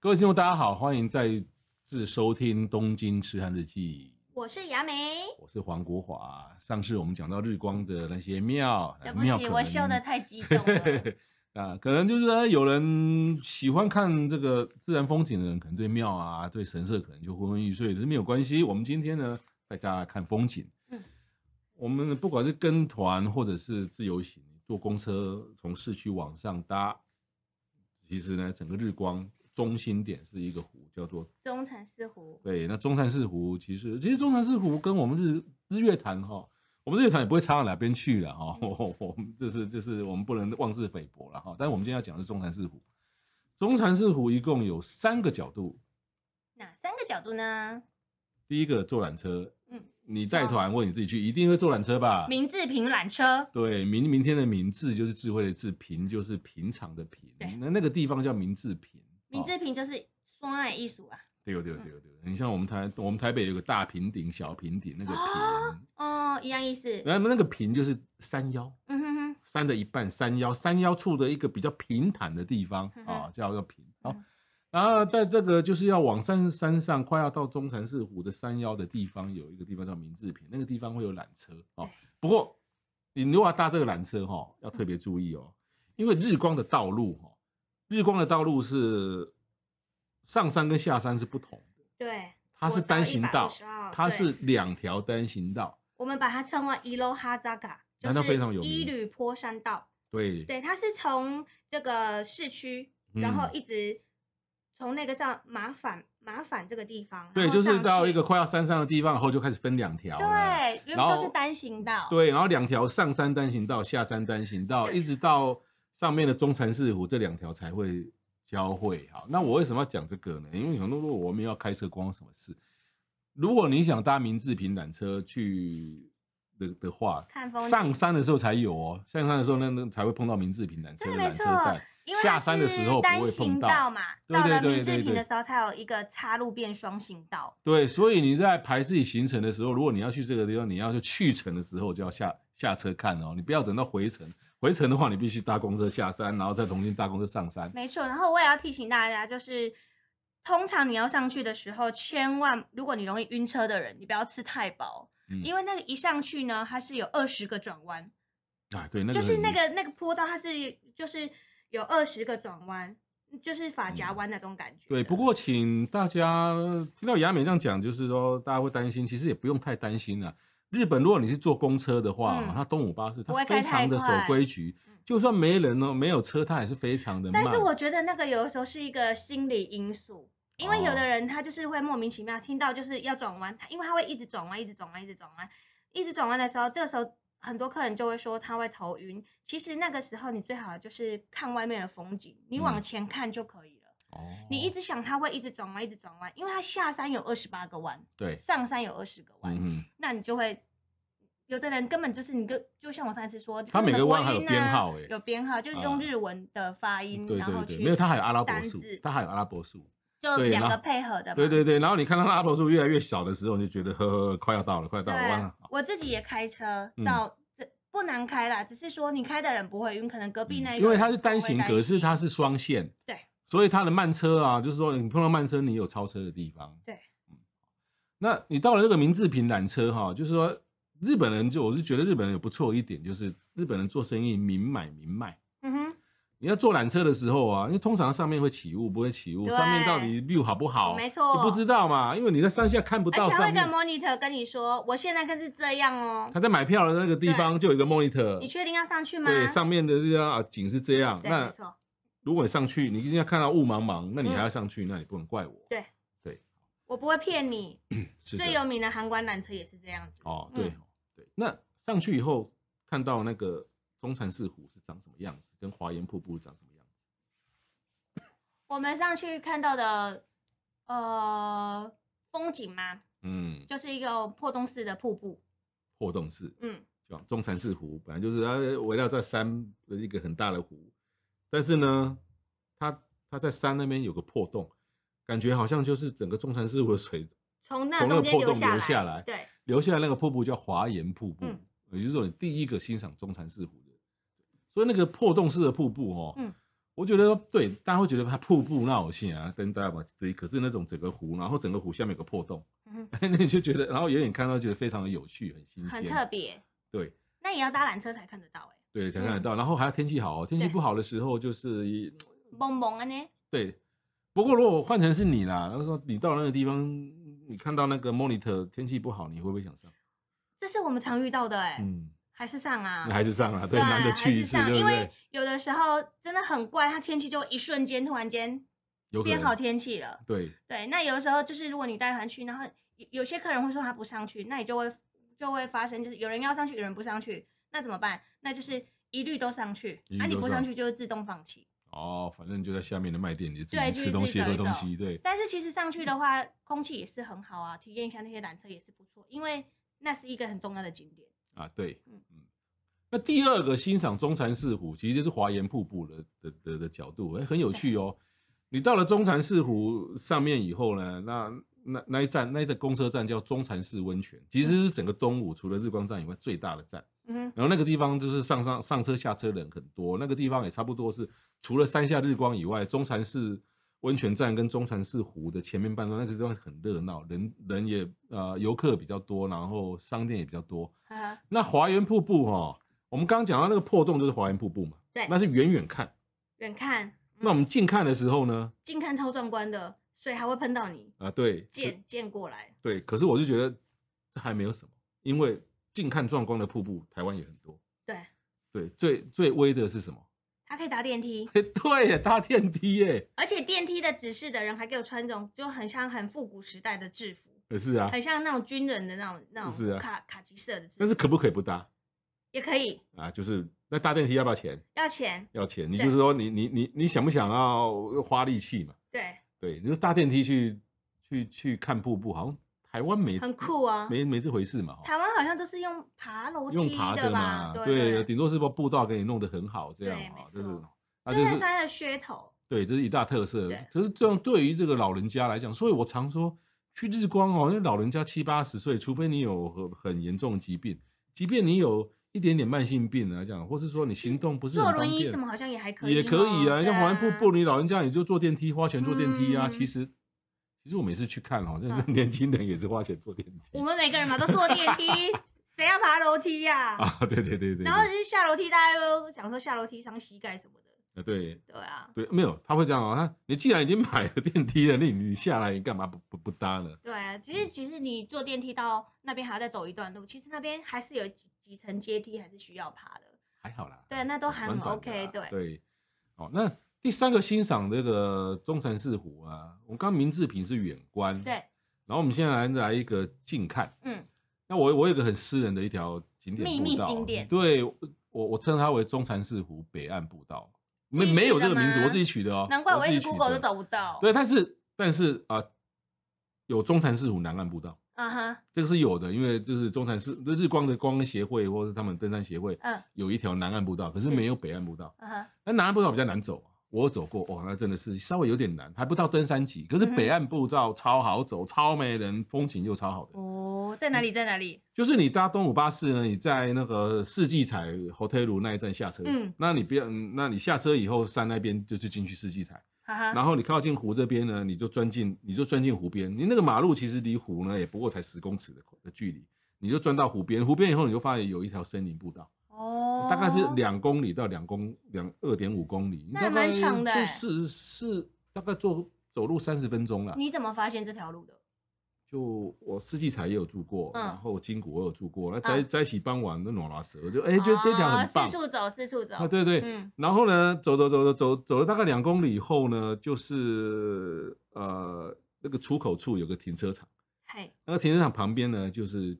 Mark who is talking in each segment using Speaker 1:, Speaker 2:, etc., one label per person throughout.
Speaker 1: 各位听众，大家好，欢迎再次收听《东京痴汉日记》，
Speaker 2: 我是雅美。
Speaker 1: 我是黄国华。上次我们讲到日光的那些庙，
Speaker 2: 对
Speaker 1: 呃
Speaker 2: 不
Speaker 1: 庙
Speaker 2: 起，
Speaker 1: 可
Speaker 2: 我
Speaker 1: 能
Speaker 2: 笑得太激动 了。
Speaker 1: 啊，可能就是呢有人喜欢看这个自然风景的人，可能对庙啊、对神社可能就昏昏欲睡，可是没有关系。我们今天呢，带大家看风景。
Speaker 2: 嗯
Speaker 1: 我们不管是跟团或者是自由行，坐公车从市区往上搭，其实呢，整个日光中心点是一个湖，叫做
Speaker 2: 中城四湖，
Speaker 1: 对，那中禅寺湖其实其实中禅寺湖跟我们日日月潭哈，我们日月潭也不会差到哪边去了哈，
Speaker 2: 嗯
Speaker 1: 我 我们这是这是我们不能妄自菲薄了哈。但是我们今天要讲的是中禅寺湖，中禅寺湖一共有三个角度，
Speaker 2: 哪三个角度呢？
Speaker 1: 第一个坐缆车，嗯
Speaker 2: 嗯，
Speaker 1: 你带团或你自己去，一定会坐缆车吧？
Speaker 2: 明治平缆车，
Speaker 1: 对，明明天的明智就是智慧的智，平就是平常的平
Speaker 2: 对，
Speaker 1: 那那个地方叫明治平，
Speaker 2: 明
Speaker 1: 哦
Speaker 2: 治平就是双爱艺术啊。
Speaker 1: 对哦对哦对哦对哦，你像我们台我们台北有个大平顶、小平顶，那个平。
Speaker 2: 哦，一样意思。
Speaker 1: 然后那个平就是山腰，
Speaker 2: 嗯哼哼，
Speaker 1: 山的一半，山腰，山腰处的一个比较平坦的地方
Speaker 2: 嗯哼
Speaker 1: 啊，叫做平。好
Speaker 2: 嗯，
Speaker 1: 然后在这个就是要往山山上，快要到中禅寺湖的山腰的地方，有一个地方叫明治平，那个地方会有缆车哦
Speaker 2: 对。
Speaker 1: 不过你如果要搭这个缆车哈、哦，要特别注意哦，因为日光的道路哈、哦，日光的道路是上山跟下山是不同的，
Speaker 2: 对，
Speaker 1: 它是单行道，
Speaker 2: 122
Speaker 1: 它是
Speaker 2: 对
Speaker 1: 两条单行道。
Speaker 2: 我们把它称为伊洛哈扎嘎，就
Speaker 1: 难道
Speaker 2: 是
Speaker 1: 哎非常有名
Speaker 2: 伊吕坡山道。
Speaker 1: 对，
Speaker 2: 对，它是从这个市区，
Speaker 1: 嗯
Speaker 2: 然后一直从那个上马反马反这个地方，
Speaker 1: 对，
Speaker 2: 然后
Speaker 1: 就是
Speaker 2: 上
Speaker 1: 到
Speaker 2: 去
Speaker 1: 一个快要山上的地方以后，就开始分两条了。
Speaker 2: 对，
Speaker 1: 然
Speaker 2: 原本
Speaker 1: 后
Speaker 2: 都是单行道。
Speaker 1: 对，然后两条上山单行道、下山单行道，一直到上面的中禅寺湖这两条才会交汇。好，那我为什么要讲这个呢？因为很多人说我们要开车关我什么事？如果你想搭明治平缆车去的的话，
Speaker 2: 看风景
Speaker 1: 上山的时候才有哦，上山的时候那那才会碰到明治平缆车的
Speaker 2: 对没
Speaker 1: 缆车
Speaker 2: 错
Speaker 1: 站，
Speaker 2: 因为它
Speaker 1: 下山的时候
Speaker 2: 是
Speaker 1: 不
Speaker 2: 单
Speaker 1: 会碰
Speaker 2: 行
Speaker 1: 到。
Speaker 2: 道嘛，
Speaker 1: 对对
Speaker 2: 到了
Speaker 1: 对
Speaker 2: 明
Speaker 1: 对
Speaker 2: 治
Speaker 1: 对
Speaker 2: 平的时候，它有一个岔路变双行道。
Speaker 1: 对，所以你在排自己行程的时候，如果你要去这个地方，你要去去程的时候就要下下车看哦，你不要等到回程。回程的话，你必须搭公车下山，然后再重新搭公车上山。
Speaker 2: 没错，然后我也要提醒大家，就是通常你要上去的时候，千万如果你容易晕车的人，你不要吃太饱，
Speaker 1: 嗯
Speaker 2: 因为那个一上去呢，它是有二十个转弯，
Speaker 1: 啊，对，那个
Speaker 2: 就是
Speaker 1: 很
Speaker 2: 那个那个坡道，它是就是有二十个转弯，就是发夹弯那种感觉、
Speaker 1: 嗯对。不。过，请大家听到雅美这样讲，就是说大家会担心，其实也不用太担心了、日本，如果你是坐公车的话，
Speaker 2: 嗯
Speaker 1: 它东武巴士它
Speaker 2: 不会
Speaker 1: 非
Speaker 2: 开
Speaker 1: 常
Speaker 2: 太
Speaker 1: 的守
Speaker 2: 快嗯
Speaker 1: 规矩，就算没人哦，没有车，它也是非常的慢。
Speaker 2: 但是我觉得那个有的时候是一个心理因素，因为
Speaker 1: 哦
Speaker 2: 有的人他就是会莫名其妙听到就是要转弯，他因为他会一直转弯，一直转弯，一直转弯，一直转弯的时候，这个时候很多客人就会说他会头晕。其实那个时候你最好就是看外面的风景，你往
Speaker 1: 嗯
Speaker 2: 前看就可以了。
Speaker 1: 哦，
Speaker 2: 你一直想他会一直转弯，一直转弯，因为他下山有二十八个弯，
Speaker 1: 对，嗯
Speaker 2: 上山有二十个弯，
Speaker 1: 嗯哼，
Speaker 2: 那你就会。有的人根本就是你跟，就像我上次说，
Speaker 1: 它每
Speaker 2: 根本
Speaker 1: 个
Speaker 2: 不会
Speaker 1: 弯还有
Speaker 2: 晕啊
Speaker 1: 编号欸
Speaker 2: 有编号，就是
Speaker 1: 啊
Speaker 2: 用日文的发音，
Speaker 1: 对
Speaker 2: 然后
Speaker 1: 对
Speaker 2: 去
Speaker 1: 对，没有，它还有阿拉伯
Speaker 2: 单
Speaker 1: 数
Speaker 2: 字，
Speaker 1: 它还有阿拉伯数。
Speaker 2: 就
Speaker 1: 对
Speaker 2: 两
Speaker 1: 然
Speaker 2: 个
Speaker 1: 后
Speaker 2: 配合的嘛。
Speaker 1: 对对对，然后你看到那阿婆数越来越小的时候，你就觉得呵呵呵，快要到了，快要
Speaker 2: 对
Speaker 1: 到了，哇！
Speaker 2: 我自己也开车
Speaker 1: 啊嗯
Speaker 2: 到这不难开啦，只是说你开的人不会晕，可能隔壁那一
Speaker 1: 嗯
Speaker 2: 个
Speaker 1: 因为
Speaker 2: 人
Speaker 1: 它是
Speaker 2: 不会
Speaker 1: 单行，可是它是双线，
Speaker 2: 对，
Speaker 1: 所以它的慢车啊，就是说你碰到慢车，你有超车的地方，
Speaker 2: 对，
Speaker 1: 嗯，那你到了这个明治平缆车哈、就是说日本人就我是觉得日本人有不错一点，就是日本人做生意明买明卖。
Speaker 2: 嗯哼，
Speaker 1: 你要坐缆车的时候啊，因为通常上面会起雾，不会起雾，
Speaker 2: 对
Speaker 1: 上面到底 view 好不好，
Speaker 2: 没错
Speaker 1: 你不知道嘛，因为你在山下看不
Speaker 2: 而
Speaker 1: 到
Speaker 2: 且还
Speaker 1: 上
Speaker 2: 会跟
Speaker 1: 面。
Speaker 2: monitor 跟你说，我现在可是这样哦，
Speaker 1: 他在买票的那个地方就有一个 monitor，
Speaker 2: 你确定要上去吗？
Speaker 1: 对，上面的这样啊景是这样。
Speaker 2: 对没
Speaker 1: 那
Speaker 2: 错，
Speaker 1: 如果你上去，你一定要看到雾茫茫，那你
Speaker 2: 嗯
Speaker 1: 还要上去，那你不能怪我。
Speaker 2: 对
Speaker 1: 对，
Speaker 2: 我不会骗你，
Speaker 1: 是
Speaker 2: 最有名的函馆缆车也是这样子。
Speaker 1: 哦，
Speaker 2: 嗯
Speaker 1: 对、对。那上去以后看到那个中禅寺湖是长什么样子，跟华岩瀑布长什么样子？
Speaker 2: 我们上去看到的呃风景嘛，
Speaker 1: 嗯，
Speaker 2: 就是一个破洞式的瀑布，
Speaker 1: 破洞寺，
Speaker 2: 嗯，
Speaker 1: 就中禅寺湖本来就是它围绕在山的一个很大的湖，但是呢，它它在山那边有个破洞，感觉好像就是整个中禅寺湖的水
Speaker 2: 从那
Speaker 1: 从那个
Speaker 2: 中间
Speaker 1: 破洞
Speaker 2: 下
Speaker 1: 流下来
Speaker 2: 对，
Speaker 1: 留下来那个瀑布叫华岩瀑布，呃
Speaker 2: 嗯
Speaker 1: 也就是说你第一个欣赏中禅寺湖的，所以那个破洞式的瀑布哦，
Speaker 2: 嗯
Speaker 1: 我觉得对，大家会觉得它瀑布那我信啊，灯大家把堆，可是那种整个湖，然后整个湖下面有个破洞，
Speaker 2: 嗯
Speaker 1: 那你就觉得，然后远远看到觉得非常的有趣，很新
Speaker 2: 哼，很特
Speaker 1: 鲜，
Speaker 2: 别。
Speaker 1: 对
Speaker 2: 那也要搭缆车才看得到哎、
Speaker 1: 对，才看得到。然后还要天气好哦，天气
Speaker 2: 对
Speaker 1: 不好的时候就是一
Speaker 2: 蒙蒙啊呢，
Speaker 1: 对。不过如果换成是你啦，然后说你到那个地方，你看到那个 monitor 天气不好，你会不会想上？
Speaker 2: 这是我们常遇到的哎、
Speaker 1: 嗯，
Speaker 2: 还是上啊
Speaker 1: 那，还是上啦，对，
Speaker 2: 啊
Speaker 1: 难得
Speaker 2: 还
Speaker 1: 去一
Speaker 2: 是
Speaker 1: 次，
Speaker 2: 上，
Speaker 1: 对
Speaker 2: 因
Speaker 1: 不
Speaker 2: 为
Speaker 1: 对？
Speaker 2: 有的时候真的很怪，它天气就一瞬间突然间
Speaker 1: 有可
Speaker 2: 变好
Speaker 1: 能，
Speaker 2: 天气了。
Speaker 1: 对，
Speaker 2: 对，那有的时候就是如果你带团去，然后有有些客人会说他不上去，那你就会就会发生就是有人要上去，有人不上去，那怎么办？那就是一律都上去，
Speaker 1: 一律
Speaker 2: 啊，你
Speaker 1: 都
Speaker 2: 不
Speaker 1: 上
Speaker 2: 上去就是自动放弃。
Speaker 1: 哦，反正就在下面的卖店，你就自
Speaker 2: 对
Speaker 1: 己
Speaker 2: 就
Speaker 1: 吃
Speaker 2: 是
Speaker 1: 东
Speaker 2: 自己
Speaker 1: 西、
Speaker 2: 走
Speaker 1: 喝
Speaker 2: 一
Speaker 1: 东
Speaker 2: 走
Speaker 1: 西，对，
Speaker 2: 但是其实上去的话，空气也是很好啊，体验一下那些缆车也是不错，因为那是一个很重要的景点。
Speaker 1: 啊，对，嗯
Speaker 2: 嗯
Speaker 1: 那第二个欣赏中禅寺湖，其实就是华严瀑布的的的的角度，哎，很有趣哦。你到了中禅寺湖上面以后呢，那那那一站那一站公车站叫中禅寺温泉，其实是整个东武除了日光站以外最大的站。
Speaker 2: 嗯
Speaker 1: 然后那个地方就是上上上车下车人很多，那个地方也差不多是除了山下日光以外，中禅寺温泉站跟中禅寺湖的前面半段那个地方很热闹，人人也呃游客比较多，然后商店也比较多。
Speaker 2: 呵呵，
Speaker 1: 那华园瀑布哦，我们刚刚讲到那个破洞就是华园瀑布嘛，
Speaker 2: 对
Speaker 1: 那是远远看。
Speaker 2: 远看，嗯
Speaker 1: 那我们近看的时候呢，
Speaker 2: 近看超壮观的，水还会喷到你，
Speaker 1: 啊、对，
Speaker 2: 溅溅过来。
Speaker 1: 对，可是我就觉得这还没有什么，因为近看壮观的瀑布，台湾也很多。
Speaker 2: 对，
Speaker 1: 对，最最危的是什么？
Speaker 2: 它可以搭电梯，
Speaker 1: 对耶，搭电梯耶。
Speaker 2: 而且电梯的指示的人还给我穿一种就很像很复古时代的制服，
Speaker 1: 可是 啊，
Speaker 2: 很像那种军人的那种那
Speaker 1: 是啊
Speaker 2: 种卡、卡其色的制服。
Speaker 1: 但是可不可以不搭
Speaker 2: 也可以
Speaker 1: 啊？就是那搭电梯要不要钱？
Speaker 2: 要钱，
Speaker 1: 要钱。你
Speaker 2: 对
Speaker 1: 就是说你你你你想不想要花力气嘛？
Speaker 2: 对，
Speaker 1: 对，你就搭电梯去去去看瀑布，好像台湾没
Speaker 2: 很酷啊。
Speaker 1: 没没这回事嘛，
Speaker 2: 台湾好像都是用爬楼
Speaker 1: 用
Speaker 2: 梯
Speaker 1: 爬的
Speaker 2: 吧？
Speaker 1: 嘛，
Speaker 2: 对，
Speaker 1: 顶多是把步道给你弄得很好这样
Speaker 2: 对
Speaker 1: 啊
Speaker 2: 没，
Speaker 1: 这是
Speaker 2: 错。
Speaker 1: 啊，
Speaker 2: 这
Speaker 1: 就是是
Speaker 2: 山的噱头。
Speaker 1: 对，这是一大特色
Speaker 2: 对。
Speaker 1: 可是这样对于这个老人家来讲，所以我常说去日光哦，因为老人家七八十岁，除非你有很很严重的疾病，即便你有一点点慢性病来讲，或是说你行动不是
Speaker 2: 坐
Speaker 1: 很方
Speaker 2: 轮椅什
Speaker 1: 便，
Speaker 2: 么好像也还可以，
Speaker 1: 也可以啊。
Speaker 2: 对
Speaker 1: 像环瀑布，你老人家你就坐电梯，花钱坐电梯啊。
Speaker 2: 嗯
Speaker 1: 其实，其实我每次去看哦，那
Speaker 2: 嗯
Speaker 1: 年轻人也是花钱坐电梯
Speaker 2: 我们每个人嘛都坐电梯，谁要爬楼梯呀、
Speaker 1: 啊。对对对对，
Speaker 2: 然后就是下楼梯，大家都想说下楼梯伤膝盖什么的，
Speaker 1: 对对
Speaker 2: 对啊，
Speaker 1: 对，没有他会这样哦。他你既然已经买了电梯了，那你你下来你干嘛不不不搭呢？
Speaker 2: 对啊。
Speaker 1: 嗯
Speaker 2: 其实其实你坐电梯到那边还要再走一段路，其实那边还是有几几层阶梯还是需要爬的。
Speaker 1: 还好啦。
Speaker 2: 对那都还很
Speaker 1: 短短的
Speaker 2: OK，
Speaker 1: 啦
Speaker 2: 对
Speaker 1: 对，哦，那第三个欣赏这个中禅寺湖啊，我们刚刚明治品是远观，然
Speaker 2: 对，
Speaker 1: 后我们现在来来一个近看。
Speaker 2: 嗯，
Speaker 1: 那我我有一个很私人的一条景点
Speaker 2: 秘
Speaker 1: 步
Speaker 2: 密
Speaker 1: 道
Speaker 2: 景点
Speaker 1: 对我我称它为中禅寺湖北岸步道，没
Speaker 2: 自己
Speaker 1: 没有
Speaker 2: 取的
Speaker 1: 这个名字，
Speaker 2: 吗
Speaker 1: 我自己取的哦，
Speaker 2: 难怪我
Speaker 1: 自
Speaker 2: 一
Speaker 1: 己
Speaker 2: 直
Speaker 1: 取
Speaker 2: Google
Speaker 1: 的
Speaker 2: 都找不到。
Speaker 1: 对，但是但是啊、有中禅寺湖南岸步道。
Speaker 2: 嗯哼，
Speaker 1: 这个是有的，因为就是中禅寺，就日光的光协会或者是他们登山协会
Speaker 2: 嗯
Speaker 1: 有一条南岸步道，可是
Speaker 2: 是
Speaker 1: 没有北岸步道。
Speaker 2: 嗯哼，
Speaker 1: 那南岸步道比较难走啊，我有走过，哇，那真的是稍微有点难，还不到登山级。可是
Speaker 2: 嗯哼
Speaker 1: 北岸步道超好走，超没人，风景又超好的。
Speaker 2: 哦，在哪
Speaker 1: 嗯
Speaker 2: 里？在哪里？
Speaker 1: 就是你搭东武巴士呢，你在那个世纪彩 hotel 路那一站下车，
Speaker 2: 嗯
Speaker 1: 那你不要，嗯那你下车以后山那边就是进去世纪彩，
Speaker 2: 哈哈，
Speaker 1: 然后你靠近湖这边呢，你就钻进，你就钻进湖边。你那个马路其实离湖呢也不过才十公尺的的距离，你就钻到湖边。湖边以后，你就发现有一条森林步道，
Speaker 2: 哦，
Speaker 1: 大概是两公里到两公两二点五公里，
Speaker 2: 那还蛮长的欸
Speaker 1: 就是是大概坐走路三十分钟了。
Speaker 2: 你怎么发现这条路的？
Speaker 1: 就我四季彩也有住过，
Speaker 2: 嗯
Speaker 1: 然后金谷我有住过，那在
Speaker 2: 嗯
Speaker 1: 在一起傍晚那暖拉蛇，我就哎、觉得这条
Speaker 2: 哦
Speaker 1: 很棒
Speaker 2: 四处走，四处走。
Speaker 1: 啊，对对，
Speaker 2: 嗯
Speaker 1: 然后呢，走走走走走走了大概两公里以后呢，就是呃那个出口处有个停车场，
Speaker 2: 嘿，
Speaker 1: 那个停车场旁边呢就是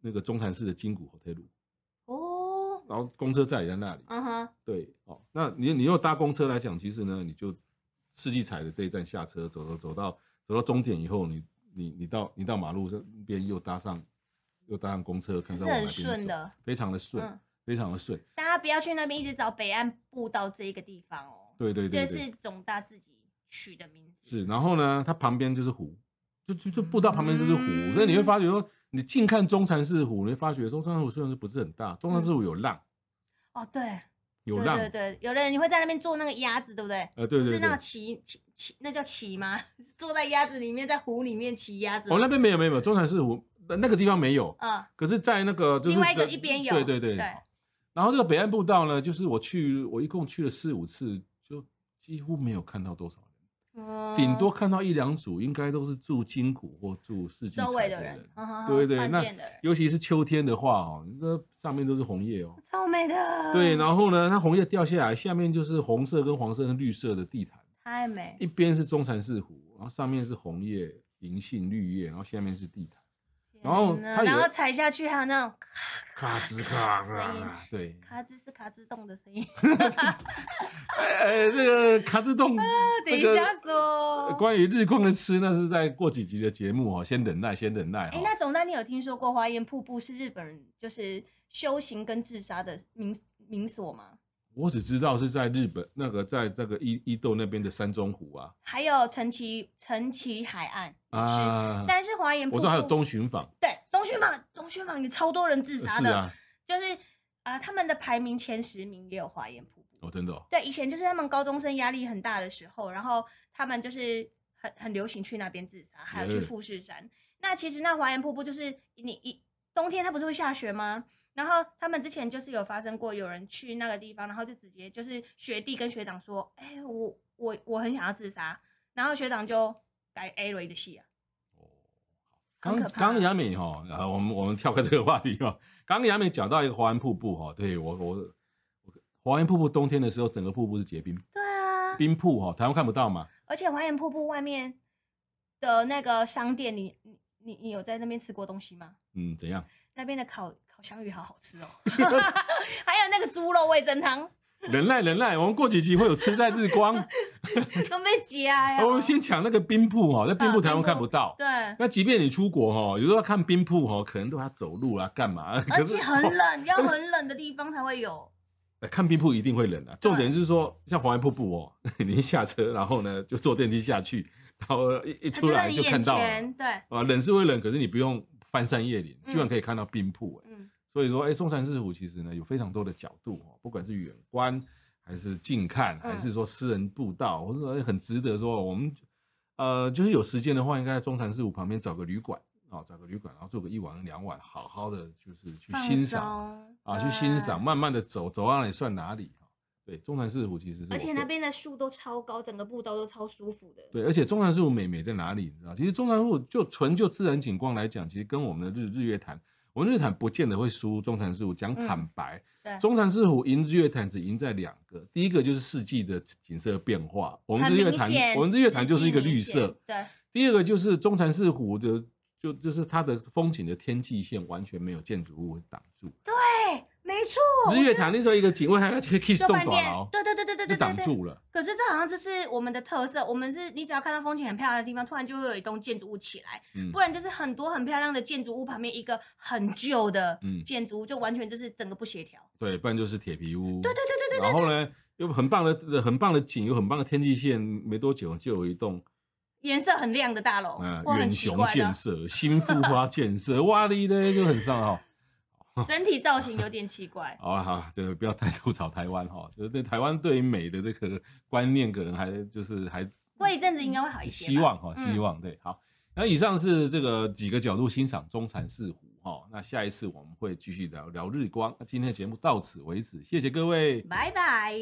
Speaker 1: 那个中禅寺的金谷 hotel 路，
Speaker 2: 哦，
Speaker 1: 然后公车站也在那里。
Speaker 2: 嗯哼，
Speaker 1: 对，哦，那你你又搭公车来讲，其实呢，你就世纪彩的这一站下车，走走走到走到终点以后，你你你到你到马路这边又搭上又搭上公车，看
Speaker 2: 是
Speaker 1: 到往
Speaker 2: 很
Speaker 1: 哪边
Speaker 2: 顺
Speaker 1: 走，
Speaker 2: 的。
Speaker 1: 非常的顺，
Speaker 2: 嗯，
Speaker 1: 非常的顺。
Speaker 2: 大家不要去那边一直找北岸步道这一个地方哦，
Speaker 1: 对对对
Speaker 2: 这
Speaker 1: 对。
Speaker 2: 是总大自己取的名字。
Speaker 1: 是，然后呢，它旁边就是湖，就就就步道旁边就是湖，所以你会
Speaker 2: 嗯
Speaker 1: 发觉说，你近看中禅寺湖，你会发觉说，中禅寺湖虽然是不是很大，中禅寺湖有浪，
Speaker 2: 哦，对，
Speaker 1: 有
Speaker 2: 嗯对
Speaker 1: 浪，
Speaker 2: 对对，有的人你会在那边做那个鸭子，对不对？
Speaker 1: 呃，对
Speaker 2: 不
Speaker 1: 对
Speaker 2: 是那
Speaker 1: 对
Speaker 2: 个。骑骑骑，那叫骑吗？ 坐在鸭子里面，在湖里面骑鸭子。
Speaker 1: 哦，那边没有没有没有，中禅寺湖那那个地方没有，
Speaker 2: 嗯，
Speaker 1: 可是，在那个就是
Speaker 2: 另外一个
Speaker 1: 这
Speaker 2: 一边有
Speaker 1: 对对对。
Speaker 2: 对
Speaker 1: 然后这个北岸步道呢，就是我去，我一共去了四五次，就几乎没有看到多少人，
Speaker 2: 嗯
Speaker 1: 顶多看到一两组，应该都是住金谷或住市区
Speaker 2: 周围
Speaker 1: 才
Speaker 2: 的人
Speaker 1: 人。，
Speaker 2: 嗯哼
Speaker 1: 对
Speaker 2: 哼
Speaker 1: 对
Speaker 2: 饭
Speaker 1: 那
Speaker 2: 店的人
Speaker 1: 尤其是秋天的话哦，那上面都是红叶哦。
Speaker 2: 超美的，
Speaker 1: 对，然后呢，它红叶掉下来，下面就是红色跟黄色跟绿色的地毯，
Speaker 2: 太美，
Speaker 1: 一边是中禅寺湖，然后上面是红叶、银杏、绿叶，然后下面是地毯，然后
Speaker 2: 天哪
Speaker 1: 它有
Speaker 2: 然后踩下去还有那种
Speaker 1: 咔吱咔
Speaker 2: 声音
Speaker 1: 啦，对，
Speaker 2: 咔吱是咔吱动的声音，
Speaker 1: 呃，这个卡自洞，
Speaker 2: 等
Speaker 1: 这
Speaker 2: 一
Speaker 1: 个
Speaker 2: 下
Speaker 1: 呃
Speaker 2: 说。
Speaker 1: 关于日光的吃，那是在过几集的节目哦，先忍耐，先忍耐哈、
Speaker 2: 哎，那总那你有听说过花烟瀑布是日本人就是修行跟自杀的名名所吗？
Speaker 1: 我只知道是在日本那个，在这个伊伊豆那边的山中湖啊
Speaker 2: 还有陈崎陈崎海岸啊，
Speaker 1: 啊，
Speaker 2: 但是华岩瀑布
Speaker 1: 我知道还有东巡坊，
Speaker 2: 对东旭坊，东旭坊也超多人自
Speaker 1: 呃
Speaker 2: 杀
Speaker 1: 是
Speaker 2: 的，
Speaker 1: 啊，
Speaker 2: 就是啊、呃他们的排名前十名也有华岩瀑布。
Speaker 1: 哦，真的、哦，
Speaker 2: 对，以前就是他们高中生压力很大的时候，然后他们就是很很流行去那边自杀，还有去
Speaker 1: 耶
Speaker 2: 富士山。那其实那华岩瀑布就是你一冬天它不是会下雪吗？然后他们之前就是有发生过有人去那个地方，然后就直接就是学弟跟学长说：“哎、我我我很想要自杀。”然后学长就改 A 瑞的戏啊，很
Speaker 1: 哦刚
Speaker 2: 可怕
Speaker 1: 刚雅美哈、哦，啊，我们我们跳开这个话题哈、哦。 刚雅美讲到一个华安瀑布哈、哦，对我我我华安瀑布冬天的时候，整个瀑布是结冰，
Speaker 2: 对啊，
Speaker 1: 冰瀑哈、哦，台湾看不到嘛，
Speaker 2: 而且华岩瀑布外面的那个商店，你你你你有在那边吃过东西吗？
Speaker 1: 嗯，怎样？
Speaker 2: 那边的烤烤香鱼好好 吃哦， 还有那个猪肉味噌汤，
Speaker 1: 忍耐忍耐，我们过几集会有吃在日 光，
Speaker 2: 啊都被夹呀。
Speaker 1: 我们先抢那个冰瀑哈、哦，那冰
Speaker 2: 啊
Speaker 1: 瀑台湾
Speaker 2: 冰瀑
Speaker 1: 看不到。
Speaker 2: 对，
Speaker 1: 那即便你出国哈、哦，有时候要看冰瀑哈、哦，可能都要走路啊，干 嘛？
Speaker 2: 而
Speaker 1: 可是
Speaker 2: 且很
Speaker 1: 哦
Speaker 2: 冷， 要很冷的地方才会有。
Speaker 1: 呃看冰瀑一定会冷啊。重点就是说，像华安瀑布哦， 你一下车，然后呢就坐电梯下去，然后一一
Speaker 2: 它
Speaker 1: 出
Speaker 2: 在
Speaker 1: 来
Speaker 2: 你
Speaker 1: 就看
Speaker 2: 眼
Speaker 1: 到了。
Speaker 2: 前，对，
Speaker 1: 啊，冷是会冷，可是你不用翻山越岭，居然
Speaker 2: 嗯
Speaker 1: 可以看到冰瀑、哎、
Speaker 2: 嗯，
Speaker 1: 所以说，哎、中山四湖其实呢有非常多的角度哦，不管是远观还是近看，
Speaker 2: 嗯
Speaker 1: 还是说私人步道，或者说哎很值得说我们呃，就是有时间的话，应该在中山四湖旁边找个旅馆啊、哦，找个旅馆，然后做个一晚两晚，好好的就是去欣赏
Speaker 2: 赏
Speaker 1: 啊，去欣赏，。慢慢的走，走到哪里算哪里哈、对，中山四湖其实是
Speaker 2: 而
Speaker 1: 我
Speaker 2: 且
Speaker 1: 个
Speaker 2: 那边的树都超高，整个步道都超舒服的。
Speaker 1: 对，而且中南树美美在哪里？你知道，其实中南树就纯就自然景观来讲，其实跟我们的日日月潭，我们日潭不见得会输中南树。讲
Speaker 2: 嗯
Speaker 1: 坦白，
Speaker 2: 对
Speaker 1: 中南树赢日月潭只赢在两个，第一个就是四季的景色变化，我们
Speaker 2: 很
Speaker 1: 日月
Speaker 2: 明
Speaker 1: 潭，
Speaker 2: 显
Speaker 1: 我们日月潭就是一个
Speaker 2: 四季
Speaker 1: 绿
Speaker 2: 明显
Speaker 1: 色；
Speaker 2: 对，
Speaker 1: 第二个就是中南寺湖的，就就是它的风景的天际线完全没有建筑物挡住。
Speaker 2: 哎，没错，
Speaker 1: 日月潭那时候一个景，为它要去 kiss
Speaker 2: 就
Speaker 1: 动
Speaker 2: 饭
Speaker 1: 短
Speaker 2: 店
Speaker 1: 牢，，
Speaker 2: 对对对对对
Speaker 1: 哦就
Speaker 2: 对
Speaker 1: 挡
Speaker 2: 对对。
Speaker 1: 住了。
Speaker 2: 可是这好像这是我们的特色，我们是你只要看到风景很漂亮的地方，突然就会有一栋建筑物起来。
Speaker 1: 嗯
Speaker 2: 不，然就是很多很漂亮的建筑物旁边一个很旧的
Speaker 1: 嗯
Speaker 2: 建筑物，就完全就是整个不协调。
Speaker 1: 对，不然就是铁皮屋。
Speaker 2: 对对对对对，
Speaker 1: 然后呢，有很棒的、呃很棒的景，有很棒的天际线，没多久就有一栋
Speaker 2: 颜色很亮的大楼，
Speaker 1: 呃
Speaker 2: 哇，很
Speaker 1: 远
Speaker 2: 奇
Speaker 1: 雄
Speaker 2: 怪的
Speaker 1: 建，设、新富华建设，哇哩嘞就很上哈。。
Speaker 2: 整体造型有点奇怪
Speaker 1: 好了好了，就不要太吐槽台湾哈，就是对台湾对于美的这个观念，可能还就是还
Speaker 2: 过一阵子应该会好一些吧。
Speaker 1: 希望哈，
Speaker 2: 嗯
Speaker 1: 希望对好。那以上是这个几个角度欣赏中禅寺湖哈，那下一次我们会继续聊聊日光。那今天的节目到此为止，谢谢各位。
Speaker 2: 拜拜。